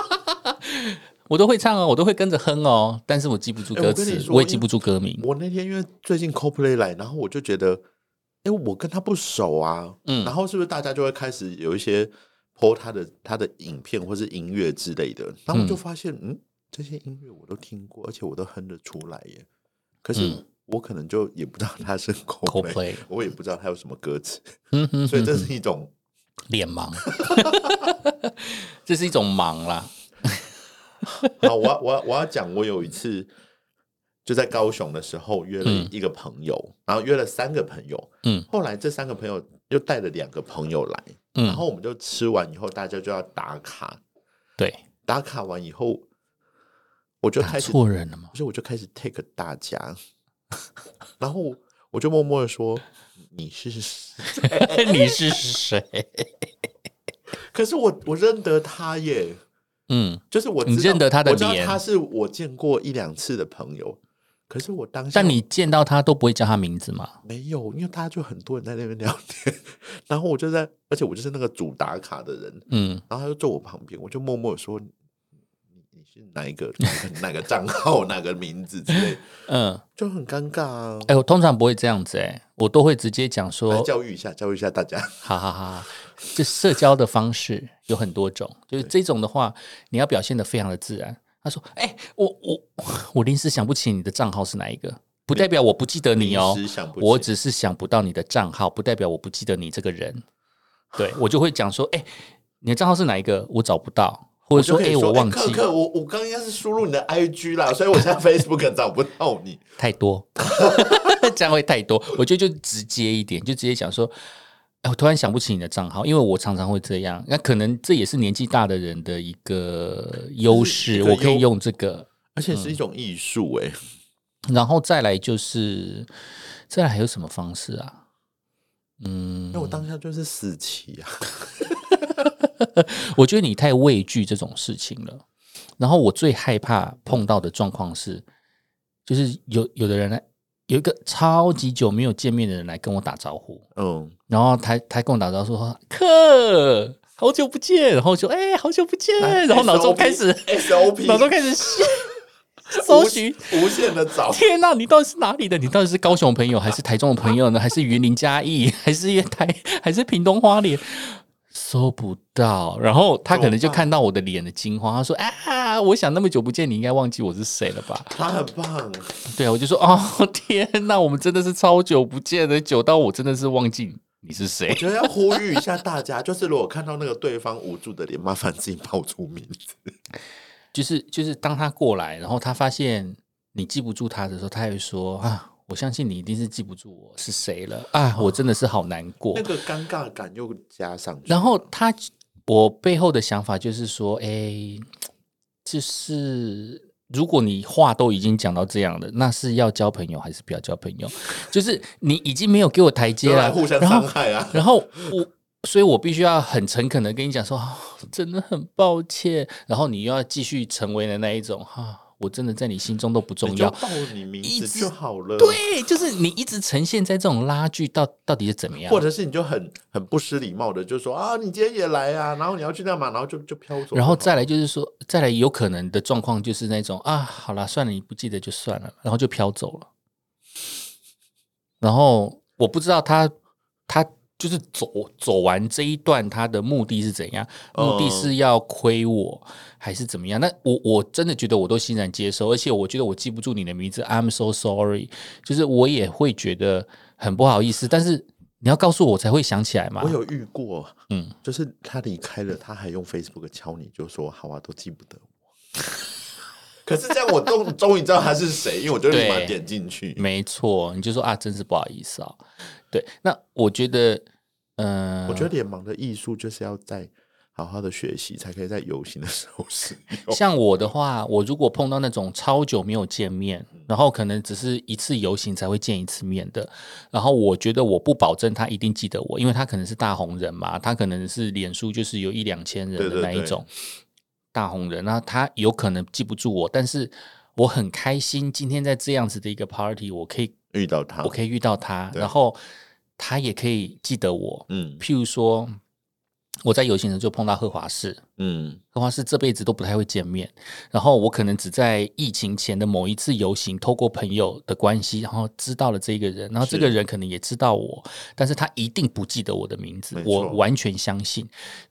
B: 我都会唱哦，我都会跟着哼哦，但是我记不住
A: 哎
B: 歌
A: 我跟你
B: 词，
A: 说
B: 我也
A: 因
B: 记
A: 为
B: 不住歌名。
A: 我那天因为最近 CoPlay 来，然后我就觉得，哎、我跟他不熟啊，
B: 嗯
A: 然后是不是大家就会开始有一些 po 他的他的影片或是音乐之类的，然后我就发现，嗯这些音乐我都听过，而且我都哼得出来耶，可
B: 嗯
A: 是我可能就也不知道他是 CoPlay，,
B: CoPlay
A: 我也不知道他有什么歌词，
B: 嗯哼
A: 所以
B: 哼
A: 这是一种，
B: 脸盲， 这是一种盲啦。
A: 好，我要我要我要讲，我有一次就在高雄的时候约了一个朋友，然后约了三个朋友，
B: 嗯
A: 后来这三个朋友又带了两个朋友来，
B: 嗯，
A: 然后我们就吃完以后，大家就要打卡，
B: 对，
A: 打卡完以后，我就
B: 打
A: 开始，
B: 错 人了嘛
A: 不。是我就开始 take 大家， 然后我就默默的说你是 谁，
B: 你是谁？
A: 可是我我认得他耶，
B: 嗯，
A: 就是我知道
B: 你认得他的
A: 我知道
B: 脸
A: 他是我见过一两次的朋友，可是我当下
B: 但你见到他都不会叫他名字吗？
A: 没有，因为大家就很多人在那边聊天， 然后我就在，而且我就是那个主打卡的人，
B: 嗯，
A: 然后他就坐我旁边，我就默默地说：“你你是哪一个哪一个哪个账号哪个名字之类，
B: 嗯，
A: 就很尴尬啊。
B: 哎、我通常不会这样子、哎，我都会直接讲”
A: 来
B: 说，
A: 教育一下，教育一下大家。
B: 哈哈哈。这社交的方式有很多种，就是这种的话，你要表现的非常的自然。他说：“哎、我我我临时想不起你的账号是哪一个，不代表我不记得你哦，
A: 临时想不起
B: 我只是想不到你的账号，不代表我不记得你这个人。 对我就会讲说，哎、你的账号是哪一个？我找不到，或
A: 我
B: 者说，哎、
A: 哎、
B: 我忘记。
A: 克克，我我刚刚应该是输入你的 IG 啦，所以我现在 Facebook 找不到你。
B: 太多， 这样会太多。我觉得就直接一点，就直接讲说，哎，我突然想不起你的账号，因为我常常会这样。那可能这也是年纪大的人的一个优
A: 一
B: 势，
A: 个
B: 我可以
A: 优
B: 用这个。
A: 而且
B: 嗯
A: 是一种艺术哎，
B: 然后再来就是，再来还有什么方式啊？ 嗯
A: 那、，我当下就是死棋啊，
B: 我觉得你太畏惧这种事情了。然后我最害怕碰到的状况是，就是有有的人来，有一个超级久没有见面的人来跟我打招呼，
A: 嗯，
B: 然后他他跟我打招呼说：“克，好久不见。”然后就哎、好久不见， 然
A: 哎
B: 后脑中开始
A: SOP，
B: 脑中开始搜寻。
A: 无限的找，
B: 天呐、你到底是哪里的？你到底是高雄朋友，还是台中的朋友呢？还是云林嘉义， 还是台，还是屏东花莲？搜不到，然后他可能就看到我的脸的惊慌，他说：“啊，我想那么久不见，你应该忘记我是谁了吧
A: 他很棒。？”
B: 对，我就说：“哦，天呐，我们真的是超久不见的，久到我真的是忘记你是谁。”
A: 我觉得要呼吁一下大家，就是如果看到那个对方无助的脸，麻烦自己报出名字。
B: 就是就是当他过来，然后他发现你记不住他的时候，他会说啊，我相信你一定是记不住我是谁了啊，我真的是好难过
A: 那。个尴尬感又加上去，
B: 然后他，我背后的想法就是说，哎、就是如果你话都已经讲到这样了，那是要交朋友还是不要交朋友？就是你已经没有给我台阶
A: 就来
B: 了，
A: 啊互相
B: 然后
A: 伤害 啊！
B: 然后我，所以我必须要很诚恳的跟你讲说、 啊真的很抱歉。然后你又要继续成为了那一种 哈、啊我真的在你心中都不重
A: 你就呃
B: 要。
A: 报你名
B: 一
A: 字
B: 直
A: 就好了，，
B: 对，就是你一直呈现在这种拉锯到到底是怎么样啊
A: 或？者是你就很很不失礼貌的就说啊，你今天也来啊，然后你要去干嘛，然后就就飘走了，
B: 然后再来就是说，再来有可能的状况就是那种啊，好啦，算了，你不记得就算了，然后就飘走了。然后我不知道他他就是走走完这一段，他的目的是怎样？目的是要亏我还是怎么样？那我我真的觉得我都欣然接受，而且我觉得我记不住你的名字，I'm so sorry，就是我也会觉得很不好意思，但是。你要告诉我，我才会想起来嘛。
A: 我有遇过，
B: 嗯，
A: 就是他离开了，他还用 Facebook 敲你，就说好啊，都记不得我。 可是这样我终终于知道他是谁，因为我就立马
B: 对
A: 点进去。
B: 没错，你就说啊，真是不好意思啊、对，那我觉得，嗯、
A: 我觉得脸盲的艺术就是要在好好的学习，才可以在游行的时候 使用。
B: 像我的话，我如果碰到那种超久没有见面，
A: 嗯
B: 然后可能只是一次游行才会见一次面的，然后我觉得我不保证他一定记得我，因为他可能是大红人嘛，他可能是脸书就是有一两千人
A: 对
B: 的
A: 对
B: 那一
A: 对
B: 种大红人，那他有可能记不住我，但是我很开心今天在这样子的一个 party，我可以
A: 遇到他
B: 我，可以遇到他，
A: 啊对
B: 然后他也可以记得我，
A: 嗯
B: 譬如说，我在游行的时候就碰到贺华士，
A: 嗯，
B: 贺华士这辈子都不太会见面，然后我可能只在疫情前的某一次游行，透过朋友的关系，然后知道了这个人，然后这个人可能也知道我，但是他一定不记得我的名字
A: 没，错
B: 我完全相信，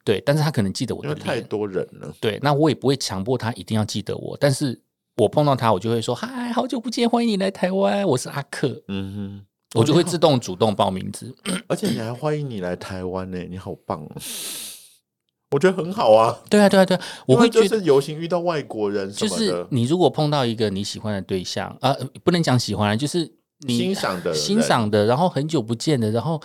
B: 对，但是他可能记得我
A: 因
B: 的
A: 为太
B: 脸，
A: 多人了，
B: 对，那我也不会强迫他一定要记得我，但是我碰到他，我就会说嗨，好久不见，欢迎你来台湾，我是阿克，
A: 嗯
B: 我就会自动主动报名字，
A: 哼，而且你还欢迎你来台湾呢、你好棒、哦，我觉得很好啊。
B: 对啊，对啊，对啊，我会
A: 因
B: 觉
A: 为
B: 得
A: 就是游行遇到外国人什
B: 就
A: 么
B: 是
A: 的，
B: 你如果碰到一个你喜欢的对象，啊、呃，不能讲喜欢，就是你
A: 欣赏的人
B: 欣赏的，然后很久不见的，然后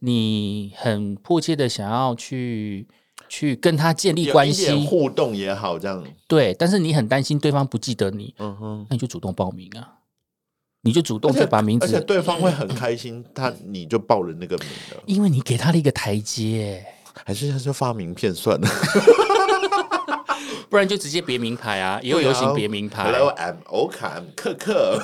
B: 你很迫切的想要去去跟他建立
A: 有
B: 关
A: 一点
B: 系，
A: 互动也好，这样，
B: 对，但是你很担心对方不记得你，
A: 嗯哼。
B: 那你就主动报名啊，你就主动
A: 而且
B: 去把名
A: 而且
B: 字，
A: 对方会很开心，他你就报了那个名了，
B: 因为你给他了一个台阶，
A: 还是他就发名片算了？
B: 不然就直接别名牌啊，也有流行别名牌，
A: Hello，I'm Oka，I'm 克 克。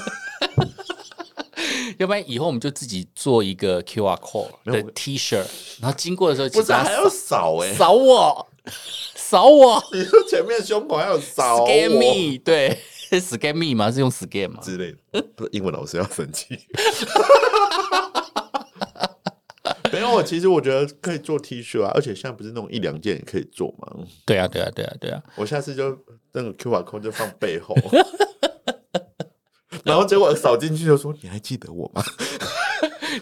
B: 要不然以后我们就自己做一个 QR code
A: 没
B: 的
A: 有我
B: T 恤，然后经过的时候
A: 不
B: 请
A: 是
B: 大
A: 还
B: 家
A: 要扫哎、
B: 扫我，扫我
A: 你说前面胸口还有扫
B: ，scan
A: 我
B: me，对 ，scan me 嘛，是用 scan 嘛？
A: 之类的，不是英文老师要生气。 没有，其实我觉得可以做 T 恤啊，而且现在不是那种一两件也可以做吗？
B: 对啊，对啊，对啊，对啊，
A: 我下次就那个 QR code 就放背后，然后结果扫进去就说：“你还记得我吗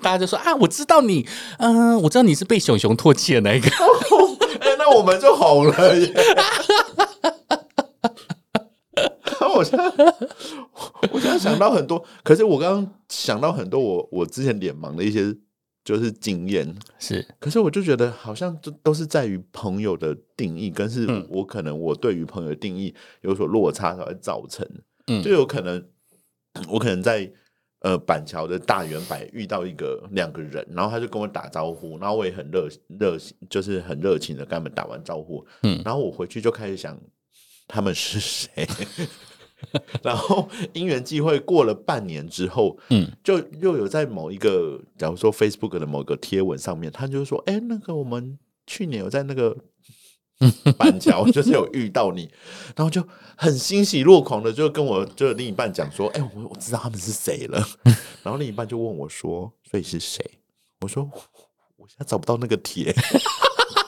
B: 大家就说啊，我知道你，嗯、我知道你是被熊熊唾弃的那一个，？”
A: 哎、那我们就红了耶！ 然后我现在，我现在想到很多，可是我刚刚想到很多我我之前脸盲的一些就是经验，
B: 是
A: 可是我就觉得好像都都是在于朋友的定义，跟是
B: 嗯
A: 我可能我对于朋友的定义有所落差才会造成，
B: 嗯
A: 就有可能我可能在呃板桥的大圆柏遇到一个两个人，然后他就跟我打招呼，然后我也很热热就是很热情的跟他们打完招呼，
B: 嗯
A: 然后我回去就开始想他们是谁。 然后因缘际会过了半年之后，
B: 嗯，
A: 就又有在某一个，假如说 Facebook 的某个贴文上面，他就说：“哎、那个我们去年有在那个板桥，就是有遇到你。”然后就很欣喜若狂的，就跟我就另一半讲说：“哎、我我知道他们是谁了。”然后另一半就问我说：“所以是谁？”我说：“我现在找不到那个贴，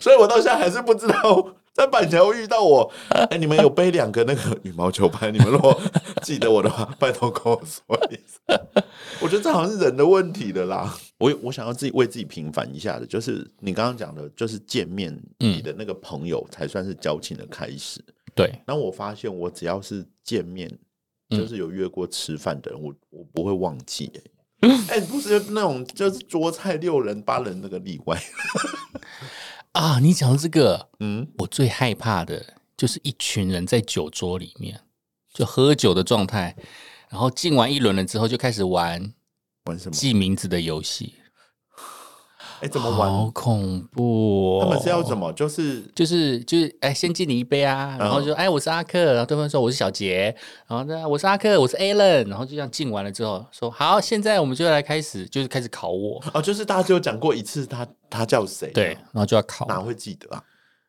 A: 所以我到现在还是不知道。”在板桥遇到我， 哎、你们有背两个那个羽毛球拍？你们如果记得我的话，拜托跟我说一声。 我觉得这好像是人的问题的啦。我我想要自己为自己平反一下的，就是你刚刚讲的，就是见面，
B: 嗯
A: 你的那个朋友才算是交情的开始。
B: 对，
A: 那我发现，我只要是见面，
B: 嗯
A: 就是有约过吃饭的人，我我不会忘记、欸。哎、不是那种就是桌菜六人八人那个例外。
B: 啊，你讲到这个，
A: 嗯，
B: 我最害怕的就是一群人在酒桌里面就喝酒的状态，然后敬完一轮了之后就开始玩
A: 玩什么？
B: 记名字的游戏，
A: 哎、怎么玩？
B: 好恐怖、哦！
A: 他们是要怎么？就是
B: 就是就是，哎，先敬你一杯
A: 嗯
B: 啊，然后就哎，我是阿克，然后对方说我是小杰，然后呢，我是阿克，我是 Alan，然后就这样敬完了之后，说好，现在我们就来开始，就是开始考我，
A: 哦，就是大家只有讲过一次他，他叫谁？
B: 对，，然后就要考，
A: 哪会记得啊？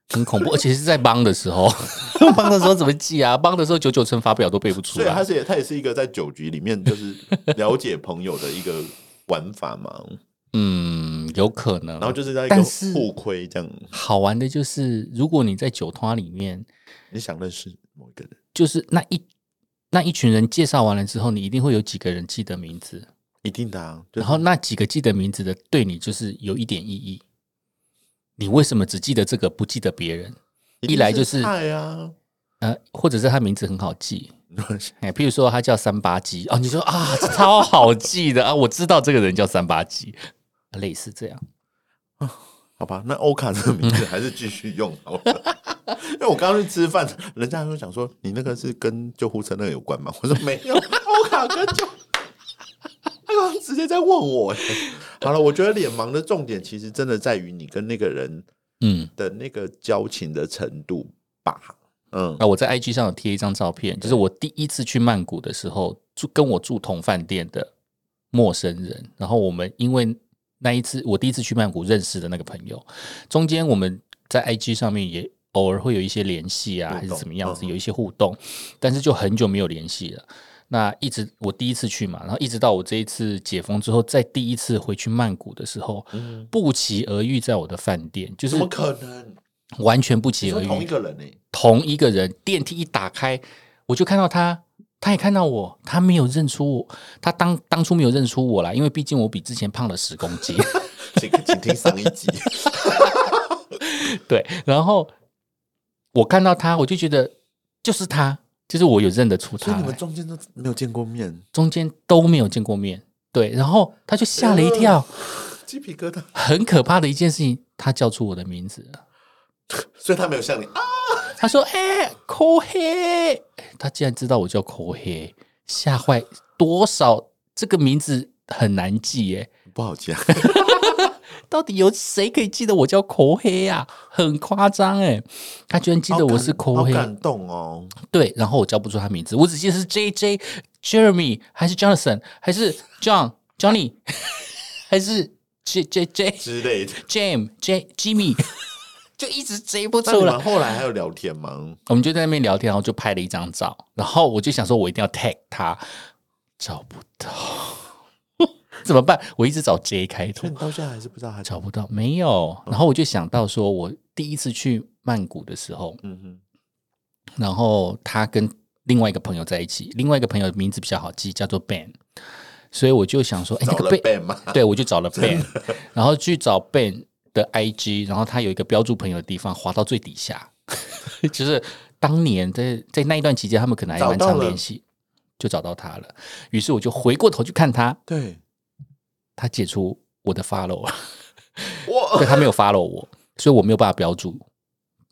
B: 很恐怖，而且是在帮的时候， 帮的时候怎么记啊？帮的时候九九乘法表都背不出
A: 所以他
B: 来。
A: 是也他也是一个在酒局里面就是了解朋友的一个玩法 嘛，
B: 嗯，有可能。
A: 然后就是在一个
B: 但是
A: 互亏这样。
B: 好玩的就是，如果你在酒托里面，
A: 你想认识某一个人，
B: 就是那一那一群人介绍完了之后，你一定会有几个人记得名字，
A: 一定的啊，就
B: 然后那几个记得名字的对你就是有一点意义。你为什么只记得这个，不记得别人？
A: 定
B: 一来就是
A: 是菜啊，
B: 呃，或者是他名字很好记，哎，譬如说他叫三八鸡哦，你说啊，超好记的啊，我知道这个人叫三八鸡，类似这样。
A: 好吧，那欧卡这个名字还是继续用好 了。因为我刚刚去吃饭，人家就想说你那个是跟救护车那个有关吗？我说没有，欧卡跟救，他刚刚直接在问我耶。好了，我觉得脸盲的重点其实真的在于你跟那个人
B: 嗯，
A: 的那个交情的程度吧。嗯，
B: 啊，我在 IG 上有贴一张照片，就是我第一次去曼谷的时候，住跟我住同饭店的陌生人，然后我们因为那一次我第一次去曼谷认识的那个朋友，中间我们在 IG 上面也偶尔会有一些联系啊，
A: 互
B: 还是
A: 动
B: 怎么样子，
A: 嗯
B: 有一些互动，但是就很久没有联系了。那一直我第一次去嘛，然后一直到我这一次解封之后，在第一次回去曼谷的时候，不期而遇在我的饭店，
A: 嗯怎
B: 就是
A: 么可能？
B: 完全不
A: 你
B: 期而
A: 说
B: 遇，
A: 同一个人呢、欸
B: 同一个人，电梯一打开，我就看到他，他也看到我，他没有认出我，他当当初没有认出我啦，因为毕竟我比之前胖了十公斤，
A: 请请听上一集。
B: 对，然后我看到他，我就觉得就是他，就是我有认得出
A: 所以
B: 他
A: 你们
B: 来，
A: 中间都没有见过面，
B: 中间都没有见过面，对，然后他就吓了一跳，
A: 鸡皮疙瘩。
B: 很可怕的一件事情，他叫出我的名字了。
A: 所以他没有像你啊，
B: 他说：“哎、口黑！”他竟然知道我叫口黑，吓坏多少？这个名字很难记耶，
A: 不好啊讲。
B: 到底有谁可以记得我叫口黑啊？很夸张哎，他居然记得我是口
A: 好
B: 黑，
A: 感动哦。
B: 对，然后我叫不出他名字，我只记得是 J J、Jeremy 还是 Jonathan 还是 John、Johnny 还是 J J J
A: 之类 的。
B: Jam J Jimmy，就 一直 J 不
A: 那你
B: 出来
A: 们。后来还有聊天 吗？
B: 我们就在那边聊天，然后就拍了一张照，然后我就想说，我一定要 tag 他，找不到， 怎么办？我一直找 J 开
A: 所
B: 头
A: 以，你到现在还是不知道他
B: 找不到，没有。然后我就想到说，我第一次去曼谷的时候，
A: 嗯哼，
B: 然后他跟另外一个朋友在一起，另外一个朋友名字比较好记，叫做 Ben，所以我就想说，哎，
A: 找
B: 那个
A: 了
B: Ben，
A: Ben 吗？
B: 对，我就找了 Ben，然后去找 Ben 的 IG，然后他有一个标注朋友的地方，滑到最底下， 就是当年在在那一段期间，他们可能还蛮
A: 找到
B: 常
A: 了
B: 联系，就找到他了。于是我就回过头去看他，
A: 对，
B: 他解除我的 follow，
A: 我
B: 对他没有 follow 我，所以我没有办法标注，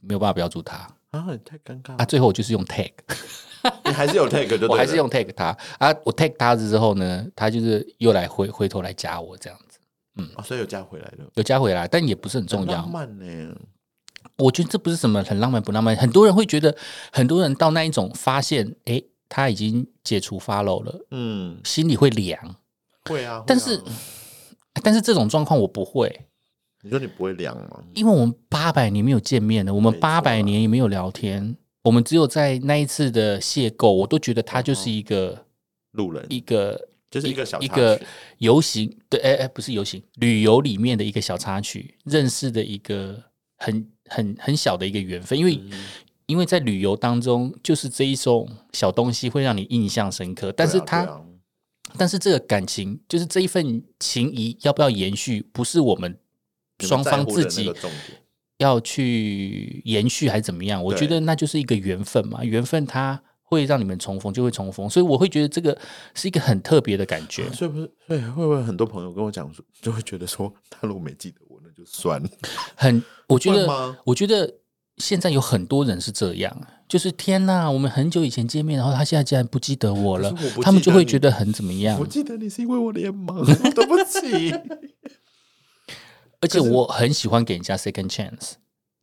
B: 没有办法标注他
A: 啊，你太尴尬
B: 啊。
A: 了。
B: 最后我就是用 tag，
A: 你还是有 take 就对了
B: 我还是用 tag 他啊，我 tag 他之后呢，他就是又来回回头来加我这样子，
A: 哦，所以有加回来了，
B: 有加回来，但也不是很重
A: 很
B: 要
A: 浪。漫呢。
B: 我觉得这不是什么很浪漫不浪漫，很多人会觉得，很多人到那一种发现，诶，他已经解除 follow 了，
A: 嗯，
B: 心里会凉。
A: 会啊。会啊啊
B: 但是但是这种状况我不会，
A: 你说你不会凉吗？
B: 因为我们八百年没有见面了，我们
A: 没错
B: 八
A: 啊
B: 百年也没有聊天，我们只有在那一次的邂逅，我都觉得他
A: 嗯
B: 就是一个、
A: 路人
B: 一个
A: 就是一个小
B: 一
A: 插
B: 个
A: 曲
B: 游行，对，哎哎，不是游行，旅游里面的一个小插曲，认识的一个很很很小的一个缘分，因为、
A: 嗯
B: 因为在旅游当中，就是这一种小东西会让你印象深刻，但是
A: 对啊
B: 它、
A: 对啊
B: 但是这个感情，就是这一份情谊要不要延续，不是我们
A: 你们
B: 双
A: 在
B: 方
A: 乎
B: 自
A: 的那
B: 己
A: 个重点
B: 要去延续还是怎么样？我
A: 对
B: 觉得那就是一个缘分嘛，缘分它会让你们重逢，就会重逢，所以我会觉得这个是一个很特别的感觉
A: 啊。所以不是，所以会不会很多朋友跟我讲说，就会觉得说，他如果没记得我，那就算了。
B: 很，我觉
A: 会
B: 得
A: 吗，
B: 我觉得现在有很多人是这样，啊就是天呐，我们很久以前见面，然后他现在竟然不记得我了
A: 可是我不，记得
B: 他们就会
A: 你
B: 觉得很怎么样
A: 我。记得你是因为我脸 盲，对不起。
B: 而且我很喜欢给人家 second chance，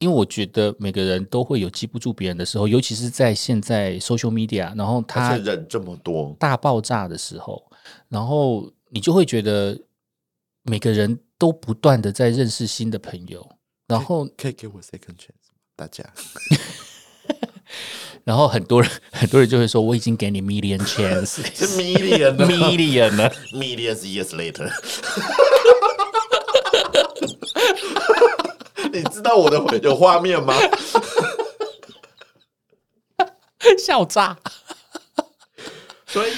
B: 因为我觉得每个人都会有记不住别人的时候，尤其是在现在 social media，然后
A: 而
B: 他
A: 且人这么多，
B: 大爆炸的时候，然后你就会觉得每个人都不断的在认识新的朋友，然后
A: 可以给我 second chance 吗大家。
B: 然后很多人 很多人就会说，我已经给你 million chance
A: 是 million 啊
B: million 了，
A: millions years later 。你知道我的有画面吗？
B: 笑炸。
A: 所以，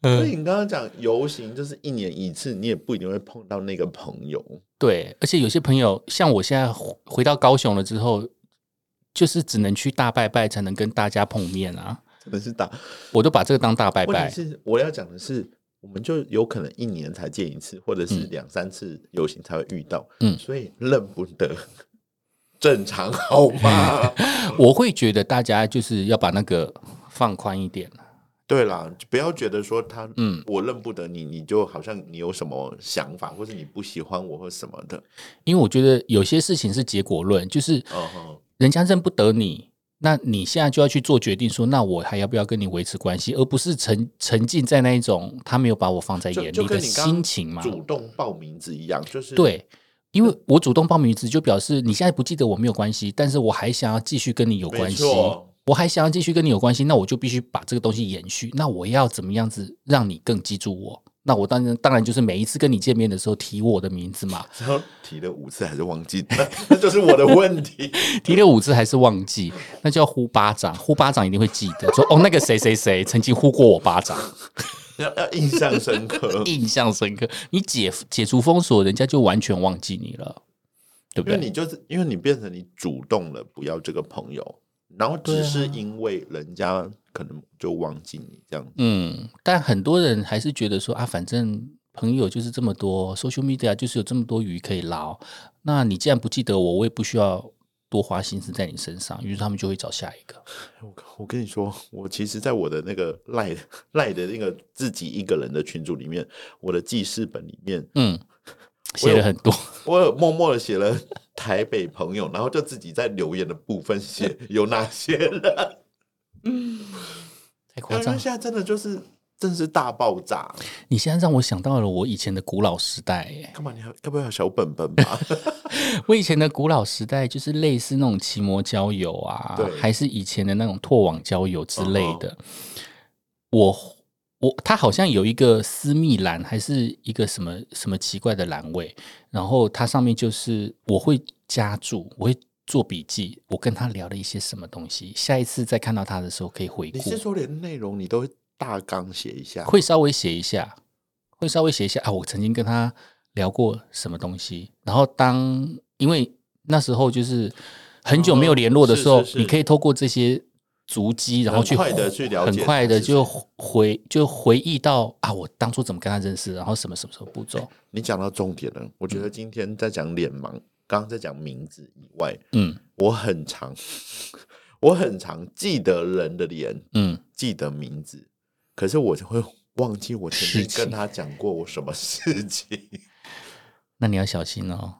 A: 所以你刚刚讲游行就是一年一次，你也不一定会碰到那个朋友。
B: 对，而且有些朋友像我现在回回到高雄了之后，就是只能去大拜拜才能跟大家碰面啊，
A: 真的是打，
B: 我都把这个当大拜
A: 问
B: 拜
A: 题。是我要讲的是，我们就有可能一年才见一次，或者是两三次游行才会遇到，
B: 嗯
A: 所以认不得，正常好吗？
B: 我会觉得大家就是要把那个放宽一点。啊
A: 对啦，就不要觉得说他，
B: 嗯
A: 嗯，我认不得你，你就好像你有什么想法，或是你不喜欢我或什么的，
B: 因为我觉得有些事情是结果论，就是
A: 嗯哼，
B: 人家认不得你，那你现在就要去做决定说，那我还要不要跟你维持关系，而不是沉沉浸在那一种他没有把我放在
A: 就
B: 眼
A: 就
B: 里
A: 跟
B: 的
A: 你刚
B: 心情嘛。
A: 主动报名字一样，就是，
B: 对，因为我主动报名字，就表示你现在不记得我没有关系，但是我还想要继续跟你有关
A: 没
B: 系，
A: 错
B: 我还想要继续跟你有关系，那我就必须把这个东西延续。那我要怎么样子让你更记住我？那我当然当然就是每一次跟你见面的时候提我的名字嘛，
A: 然后提了五次还是忘记， 那那就是我的问题。
B: 提了五次还是忘记，那就要呼巴掌，呼巴掌一定会记得，说哦那个谁谁谁曾经呼过我巴掌，，
A: 要要印象深刻
B: 印象深刻。你解解除封锁，人家就完全忘记你了，对不
A: 因为
B: 对？
A: 你就是因为你变成你主动了不要这个朋友，然后
B: 对啊
A: 只是因为人家可能就忘记你这样。
B: 嗯，但很多人还是觉得说啊，反正朋友就是这么多，social media 就是有这么多鱼可以捞。那你既然不记得我，我也不需要多花心思在你身上，于是他们就会找下一个。
A: 我我跟你说，我其实，在我的那个 赖赖的那个自己一个人的群组里面，我的记事本里面，
B: 嗯，写了很多，
A: 我有默默的写了台北朋友，然后就自己在留言的部分写 有哪些人。
B: 太夸
A: 因为
B: 张
A: 现在
B: 了。
A: 真的就是。真的是大爆炸！
B: 你现在让我想到了我以前的古老时代、哎耶。
A: 干嘛你还该不会有小本本吧？
B: 我以前的古老时代就是类似那种骑摩交友啊
A: 对，嗯
B: 还是以前的那种拓网交友之类的。我我它好像有一个私密栏，还是一个什么什么奇怪的栏位，然后它上面就是我会加注，我会做笔记，我跟他聊了一些什么东西，下一次再看到他的时候可以回
A: 你
B: 顾，
A: 是说连内容你都会大纲写一下？
B: 会稍微写一下，会稍微写一下啊，我曾经跟他聊过什么东西。然后当因为那时候就是很久没有联络的时候，
A: 嗯是是是
B: 你可以透过这些足迹，然后去
A: 很快地去了解
B: 很快
A: 他
B: 的
A: 是谁
B: 就回就回忆到啊，我当初怎么跟他认识，然后什么什么什么步骤。
A: 你讲到重点了，我觉
B: 嗯
A: 得今天在讲脸盲，刚刚在讲名字以外，
B: 嗯
A: 我很常， 我很常记得人的脸，
B: 嗯，
A: 记得名字，可是我就会忘记我曾
B: 事
A: 经
B: 情
A: 跟他讲过我什么事情。
B: 那你要小心哦。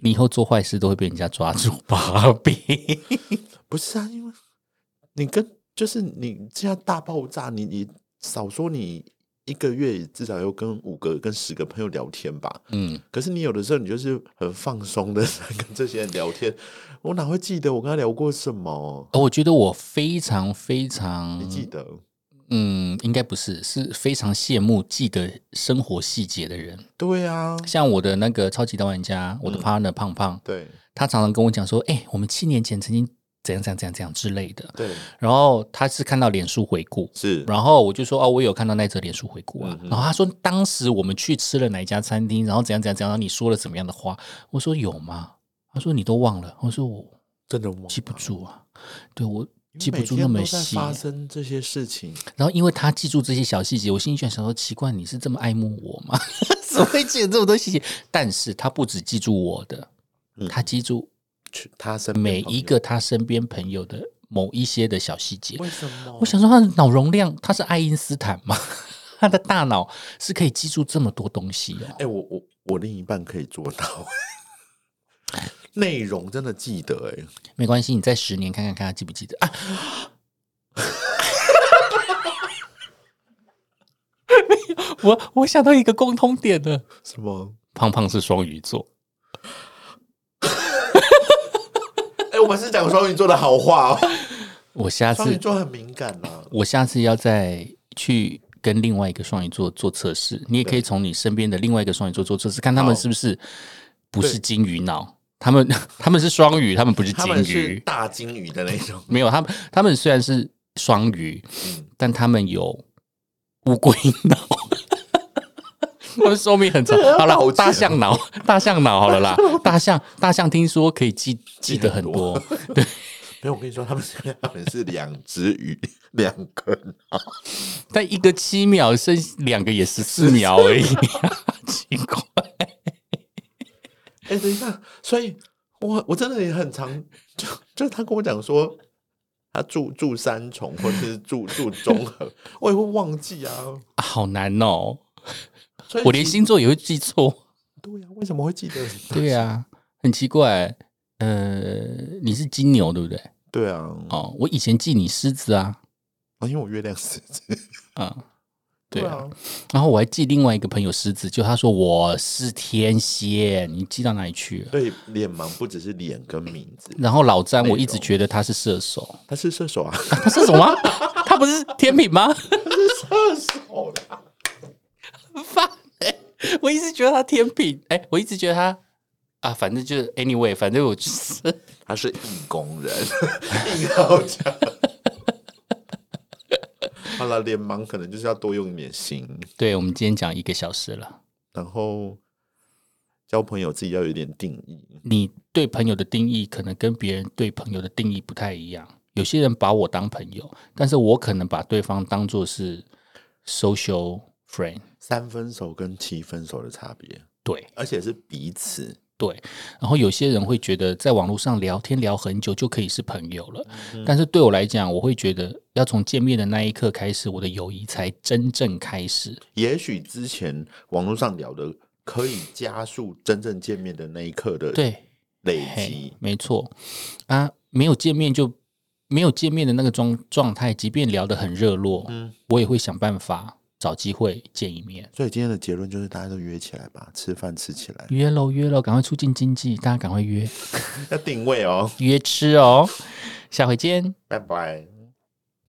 B: 你以后做坏事都会被人家抓住 把柄，
A: 不是啊，因为你跟就是你这样大爆炸，你你少说你一个月至少要跟五个、跟十个朋友聊天吧。
B: 嗯，
A: 可是你有的时候你就是很放松的在跟这些人聊天，我哪会记得我跟他聊过什么？
B: 我觉得我非常非常
A: 你记得？
B: 嗯，应该不是，是非常羡慕记得生活细节的人。
A: 对啊，
B: 像我的那个超级大玩家，
A: 嗯
B: 我的 partner 胖胖，
A: 对
B: 他常常跟我讲说：“哎、我们七年前曾经怎样怎样怎样怎样之类的。
A: 对”
B: 然后他是看到脸书回顾，
A: 是，
B: 然后我就说：“哦，我有看到那则脸书回顾啊。
A: 嗯哼
B: 然后他说：“当时我们去吃了哪一家餐厅，然后怎样怎样怎样，然后你说了怎么样的话？”我说：“有吗？”他说：“你都忘了。”我说：“我
A: 真的忘
B: 记不
A: 了，
B: 住啊，对我
A: 因为
B: 记不
A: 每
B: 住
A: 天
B: 那么
A: 都在
B: 细。”
A: 发生这些事情，
B: 然后因为他记住这些小细节，我心里就想说：奇怪，你是这么爱慕我吗？ 怎么会记得这么多细节？但是他不只记住我的，
A: 嗯
B: 他记住
A: 去他身边
B: 每
A: 朋
B: 一
A: 友
B: 个他身边朋友的某一些的小细节。
A: 为什么？
B: 我想说，他的脑容量，他是爱因斯坦吗？ 他的大脑是可以记住这么多东西哦
A: 哎、。我我我另一半可以做到，内容真的记得哎、
B: 没关系，你在十年看看看他记不记得啊？ 我我想到一个共通点了，
A: 什么？
B: 胖胖是双鱼座。
A: 哎、我们是讲双鱼座的好话哦，
B: 我下
A: 双鱼
B: 次
A: 座很敏感啦、啊。
B: 我下次要再去跟另外一个双鱼座做测试，你也可以从你身边的另外一个双鱼座做测试，看他们
A: 好
B: 是不是不
A: 对
B: 是金鱼脑，他们他们是双鱼，他们不是
A: 他
B: 金
A: 们是
B: 鱼，
A: 大金鱼的那种，
B: 没有他们他们虽然是双鱼，
A: 嗯，
B: 但他们有乌龟脑，他们寿命很长。好
A: 脑
B: 了，
A: 子
B: 大象脑，大象脑好 了啦，大象大象听说可以记记得很
A: 啊
B: 多，
A: 没有，我跟你说，他们是他们是两只鱼，两根，
B: 但一个七秒剩两个也十四秒而已，奇怪。
A: 哎、等一下，所以我我真的也很常，就就是他跟我讲说，他住住三重或者是住住中和，我也会忘记啊。
B: 啊好难哦，
A: 所以
B: 我连
A: 其
B: 星座也会记错。
A: 对呀、为什么会记得？
B: 对啊，很奇怪。呃，你是金牛对不对？
A: 对啊，
B: 哦，我以前记你狮子啊，
A: 啊因为我月亮狮子，
B: 嗯，对啊
A: 啊，
B: 然后我还记另外一个朋友狮子，就他说我是天蝎，你记到哪里去了？
A: 所以脸盲不只是脸跟名字，
B: 然后老詹，
A: 内
B: 我一直
A: 容
B: 觉得他是射手，
A: 他是射手 啊，
B: 他射手吗？他不是天平吗？
A: 射手啦，
B: 烦欸 我一直觉得他天平，哎、我一直觉得他啊，反正就是 anyway，反正我就是
A: 他是义工人，硬要讲。好了，脸盲可能就是要多用一点心，
B: 对。我们今天讲一个小时了，
A: 然后交朋友自己要有一点定义。
B: 你对朋友的定义可能跟别人对朋友的定义不太一样。有些人把我当朋友，但是我可能把对方当做是 social friend。
A: 三分熟跟七分熟的差别，
B: 对，
A: 而且是彼此。
B: 对，然后有些人会觉得在网络上聊天聊很久就可以是朋友了，但是对我来讲，我会觉得要从见面的那一刻开始，我的友谊才真正开始。
A: 也许之前网络上聊的可以加速真正见面的那一刻的
B: 对，
A: 累
B: 嘿
A: 积，，
B: 没错啊，没有见面就没有见面的那个状状态，即便聊得很热络，
A: 嗯
B: 我也会想办法找机会见一面。
A: 所以今天的结论就是大家都约起来吧，吃饭吃起来，
B: 约喽约喽，赶快促进经济，大家赶快约
A: 要定位哦，
B: 约吃哦，下回见。
A: 拜拜。